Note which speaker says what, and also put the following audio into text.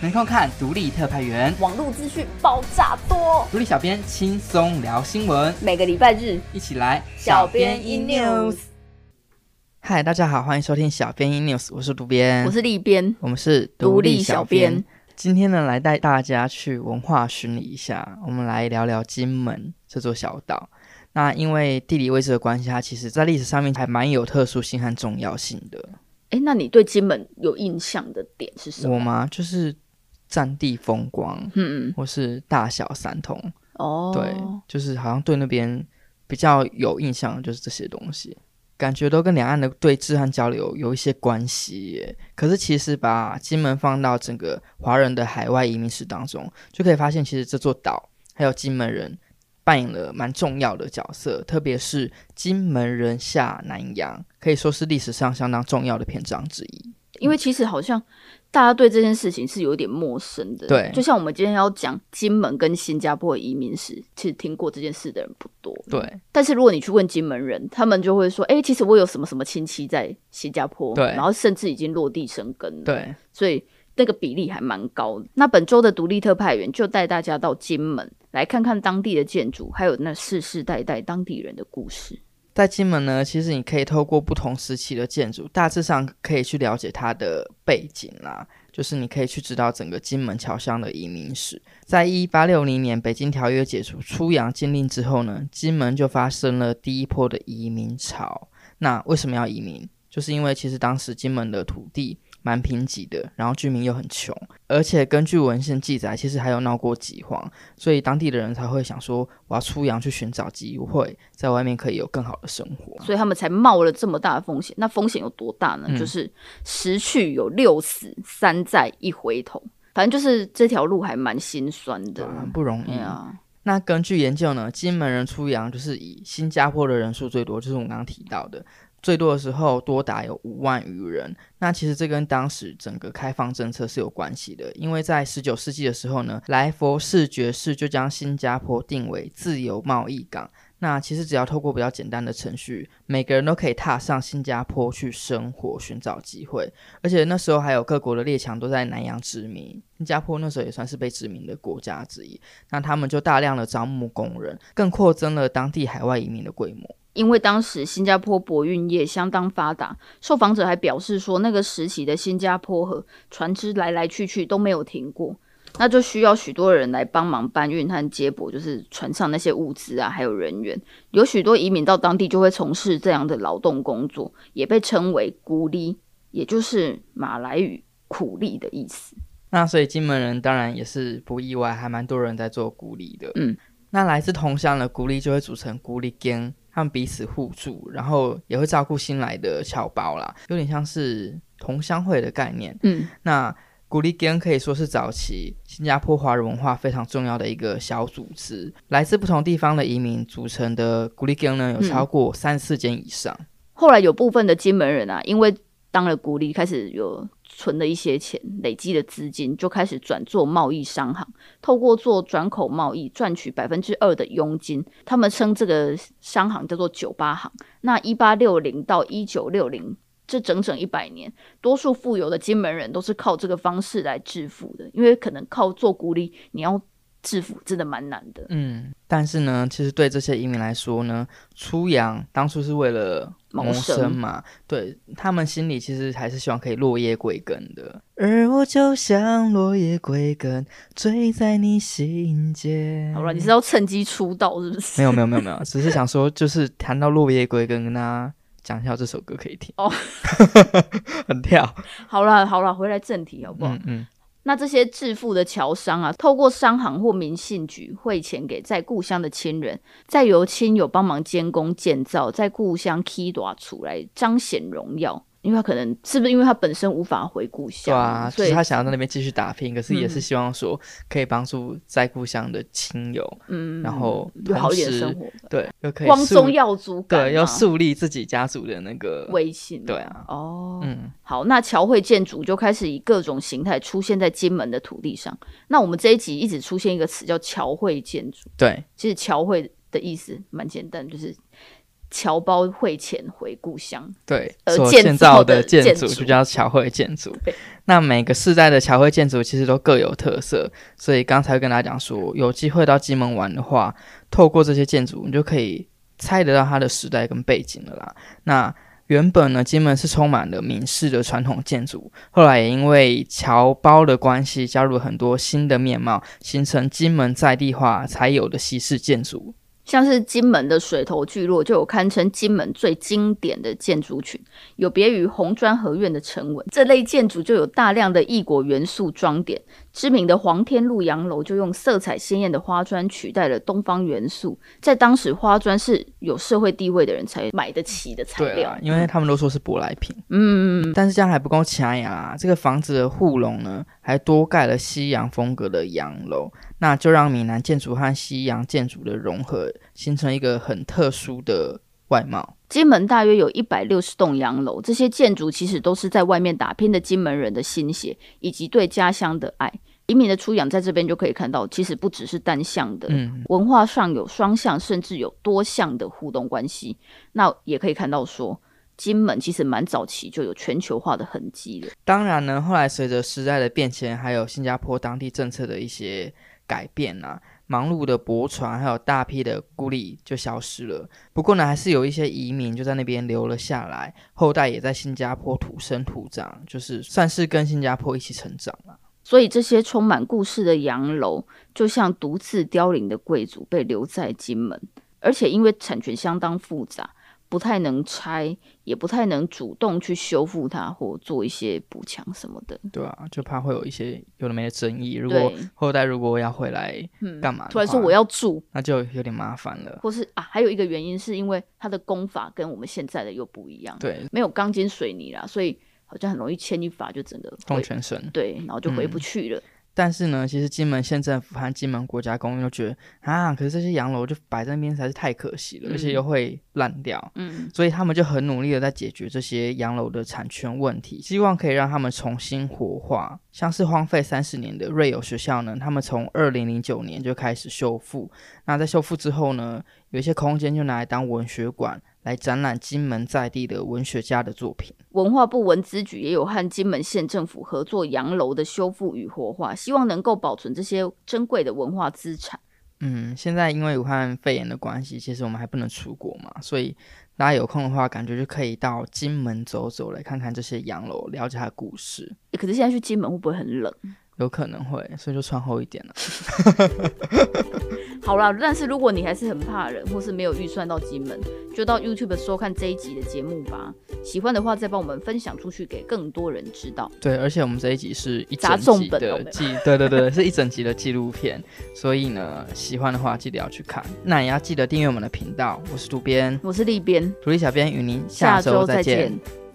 Speaker 1: 没空看独立特派员，
Speaker 2: 网络资讯爆炸多，
Speaker 1: 独立小编轻松聊新闻，
Speaker 2: 每个礼拜日，
Speaker 1: 一起来。嗨，大家好，欢迎收听小编 in news，我是独编，
Speaker 2: 我是立编，
Speaker 1: 我们是
Speaker 2: 独立小编。。
Speaker 1: 今天呢，来带大家去文化巡礼一下，我们来聊聊金门这座小岛。那因为地理位置的关系，它其实在历史上面还蛮有特殊性和重要性的。
Speaker 2: 哎，那你对金门有印象的点是什么？
Speaker 1: 我吗？就是战地风光，
Speaker 2: 嗯，嗯
Speaker 1: 或是大小三通，
Speaker 2: 哦，
Speaker 1: 对，就是好像对那边比较有印象，就是这些东西，感觉都跟两岸的对峙和交流有一些关系耶。可是其实把金门放到整个华人的海外移民史当中，就可以发现，其实这座岛还有金门人扮演了蛮重要的角色，特别是金门人下南洋，可以说是历史上相当重要的篇章之一。
Speaker 2: 因为其实好像大家对这件事情是有点陌生的，
Speaker 1: 对
Speaker 2: 就像我们今天要讲金门跟新加坡的移民史，其实听过这件事的人不多，
Speaker 1: 对
Speaker 2: 但是如果你去问金门人，他们就会说，哎，其实我有什么什么亲戚在新加坡，
Speaker 1: 对
Speaker 2: 然后甚至已经落地生根了，
Speaker 1: 对，
Speaker 2: 所以那个比例还蛮高的。那本周的独立特派员就带大家到金门来看看当地的建筑，还有那世世代代当地人的故事。
Speaker 1: 在金门呢，其实你可以透过不同时期的建筑，大致上可以去了解它的背景啦。就是你可以去知道整个金门侨乡的移民史。在一八六零年北京条约解除出洋禁令之后呢，金门就发生了第一波的移民潮。那为什么要移民？就是因为其实当时金门的土地蛮贫瘠的，然后居民又很穷，而且根据文献记载，其实还有闹过饥荒。所以当地的人才会想说，我要出洋去寻找机会，在外面可以有更好的生活。
Speaker 2: 所以他们才冒了这么大的风险。那风险有多大呢？
Speaker 1: 嗯
Speaker 2: 就是十去有六死，三在一回头。反正就是这条路还蛮心酸的
Speaker 1: 对，。很不容易
Speaker 2: 对。啊，
Speaker 1: 那根据研究呢，金门人出洋就是以新加坡的人数最多，就是我们刚刚提到的，最多的时候多达有五万余人。那其实这跟当时整个开放政策是有关系的，因为在十九世纪的时候呢，莱佛士爵士就将新加坡定为自由贸易港。那其实只要透过比较简单的程序，每个人都可以踏上新加坡去生活，寻找机会。而且那时候还有各国的列强都在南洋殖民，新加坡那时候也算是被殖民的国家之一。那他们就大量的招募工人，更扩增了当地海外移民的规模。
Speaker 2: 因为当时新加坡博运业相当发达，受访者还表示说，那个时期的新加坡河船只来来去去都没有停过，那就需要许多人来帮忙搬运和接驳，就是船上那些物资啊，还有人员。有许多移民到当地就会从事这样的劳动工作，也被称为孤力，也就是马来语苦力的意思。
Speaker 1: 那所以金门人当然也是不意外，还蛮多人在做孤立的。
Speaker 2: 嗯，
Speaker 1: 那来自同乡的孤立就会组成孤立 gang，他们彼此互助，然后也会照顾新来的侨胞啦，有点像是同乡会的概念。
Speaker 2: 嗯，
Speaker 1: 那古力根可以说是早期新加坡华人文化非常重要的一个小组织，来自不同地方的移民组成的古力根呢，有
Speaker 2: 嗯
Speaker 1: 超过三四间以上。
Speaker 2: 后来有部分的金门人啊，因为当了孤立，开始有存了一些钱，累积的资金，就开始转做贸易商行，透过做转口贸易赚取百分之二的佣金。他们称这个商行叫做酒吧行。那一八六零到一九六零。这整整一百年，多数富有的金门人都是靠这个方式来致富的，因为可能靠做孤立，你要致富真的蛮难的。
Speaker 1: 嗯，但是呢，其实对这些移民来说呢，出洋当初是为了
Speaker 2: 谋
Speaker 1: 谋
Speaker 2: 生
Speaker 1: 生嘛，对他们心里其实还是希望可以落叶归根的。而我就像落叶归根，坠在你心间。
Speaker 2: 好了，你是要趁机出道是不是？
Speaker 1: 没有没有没有 没有，只是想说，就是谈到落叶归根，跟大家讲一下这首歌可以听
Speaker 2: 哦，
Speaker 1: 很跳。
Speaker 2: 好了好了，回来正题好不好？
Speaker 1: 嗯嗯，
Speaker 2: 那这些致富的侨商啊，透过商行或民信局汇钱给在故乡的亲人，再由亲友帮忙监工建造，在故乡 k 多出来彰显荣耀。因为他可能是不是因为他本身无法回故
Speaker 1: 对
Speaker 2: 乡，
Speaker 1: 啊，就
Speaker 2: 所以
Speaker 1: 是他想要在那边继续打拼，可是也
Speaker 2: 嗯
Speaker 1: 是希望说可以帮助在故乡的亲友，
Speaker 2: 嗯，
Speaker 1: 然后
Speaker 2: 有好一点
Speaker 1: 同时
Speaker 2: 生活，
Speaker 1: 对，又可以
Speaker 2: 光
Speaker 1: 树
Speaker 2: 宗耀祖感、啊，
Speaker 1: 对，要树立自己家族的那个，
Speaker 2: 威信，
Speaker 1: 对啊，
Speaker 2: 哦，
Speaker 1: 嗯，
Speaker 2: 好，那侨会建筑就开始以各种形态出现在金门的土地上。那我们这一集一直出现一个词叫侨会建筑。
Speaker 1: 对，
Speaker 2: 其实侨会的意思蛮简单，就是侨胞汇钱回故乡。
Speaker 1: 对，
Speaker 2: 呃
Speaker 1: 所
Speaker 2: 建
Speaker 1: 建
Speaker 2: 造
Speaker 1: 造
Speaker 2: 的
Speaker 1: 的建
Speaker 2: 建
Speaker 1: 筑
Speaker 2: 筑
Speaker 1: 就叫侨会建筑
Speaker 2: 对。
Speaker 1: 那每个世代的侨会建筑其实都各有特色，所以刚才会跟大家讲说，有机会到金门玩的话，透过这些建筑，你就可以猜得到它的时代跟背景了啦。那原本呢，金门是充满了闽式的传统建筑，后来也因为侨胞的关系，加入了很多新的面貌，形成金门在地化才有的西式建筑。
Speaker 2: 像是金门的水头聚落，就有堪称金门最经典的建筑群，有别于红砖合院的沉稳。这类建筑就有大量的异国元素装点。知名的黄天路洋楼就用色彩鲜艳的花砖取代了东方元素，在当时花砖是有社会地位的人才买得起的材
Speaker 1: 对
Speaker 2: 料
Speaker 1: 啊，。因为他们都说是舶来品。
Speaker 2: 嗯，
Speaker 1: 但是这样还不够抢眼啊！这个房子的护笼呢，还多盖了西洋风格的洋楼，那就让闽南建筑和西洋建筑的融合，形成一个很特殊的外貌。
Speaker 2: 金门大约有一百六十栋洋楼，这些建筑其实都是在外面打拼的金门人的心血，以及对家乡的爱。移民的出养在这边就可以看到，其实不只是单向的，
Speaker 1: 嗯，
Speaker 2: 文化上有双向，甚至有多向的互动关系。那也可以看到说，金门其实蛮早期就有全球化的痕迹了。
Speaker 1: 当然呢，后来随着时代的变迁，还有新加坡当地政策的一些改变啊，忙碌的驳船还有大批的孤立就消失了。不过呢，还是有一些移民就在那边留了下来，后代也在新加坡土生土长，就是算是跟新加坡一起成长了。
Speaker 2: 所以这些充满故事的洋楼，就像独自凋零的贵族被留在金门，而且因为产权相当复杂，不太能拆，也不太能主动去修复它或做一些补强什么的。
Speaker 1: 对啊，就怕会有一些有的没的争议。如果
Speaker 2: 对，
Speaker 1: 后代如果要回来
Speaker 2: 嗯
Speaker 1: 干嘛的
Speaker 2: 突然说
Speaker 1: 话
Speaker 2: 我要住，
Speaker 1: 那就有点麻烦了。
Speaker 2: 或是啊，还有一个原因是因为它的工法跟我们现在的又不一样。
Speaker 1: 对，
Speaker 2: 没有钢筋水泥啦，所以好像很容易牵一发就整个
Speaker 1: 动
Speaker 2: 回
Speaker 1: 全身。
Speaker 2: 对，然后就回不
Speaker 1: 嗯
Speaker 2: 去了。
Speaker 1: 但是呢，其实金门县政府和金门国家公园都觉得啊，可是这些洋楼就摆在那边实在是太可惜了，而且
Speaker 2: 嗯
Speaker 1: 又会烂掉。
Speaker 2: 嗯，
Speaker 1: 所以他们就很努力的在解决这些洋楼的产权问题，希望可以让他们重新活化。像是荒废三十年的瑞友学校呢，他们从二零零九年就开始修复。那在修复之后呢，有一些空间就拿来当文学馆，来展览金门在地的文学家的作品。
Speaker 2: 文化部文资局也有和金门县政府合作洋楼的修复与活化，希望能够保存这些珍贵的文化资产。
Speaker 1: 嗯，现在因为武汉肺炎的关系，其实我们还不能出国嘛，所以大家有空的话，感觉就可以到金门走走，来看看这些洋楼，了解它的故事。
Speaker 2: 诶可是现在去金门会不会很冷？
Speaker 1: 有可能会，所以就穿厚一点了。
Speaker 2: 好啦，但是如果你还是很怕冷，或是没有预算到金门，就到 YouTube 收看这一集的节目吧。喜欢的话，再帮我们分享出去，给更多人知道。
Speaker 1: 对，而且我们这一集是一
Speaker 2: 砸
Speaker 1: 整
Speaker 2: 重
Speaker 1: 集
Speaker 2: 本
Speaker 1: 的
Speaker 2: 哦没有
Speaker 1: 纪，对对对，是一整集的纪录片，所以呢，喜欢的话记得要去看。那也要记得订阅我们的频道，我是主编，
Speaker 2: 我是立边，
Speaker 1: 独立小编与您
Speaker 2: 下
Speaker 1: 周
Speaker 2: 再
Speaker 1: 见。
Speaker 2: 见。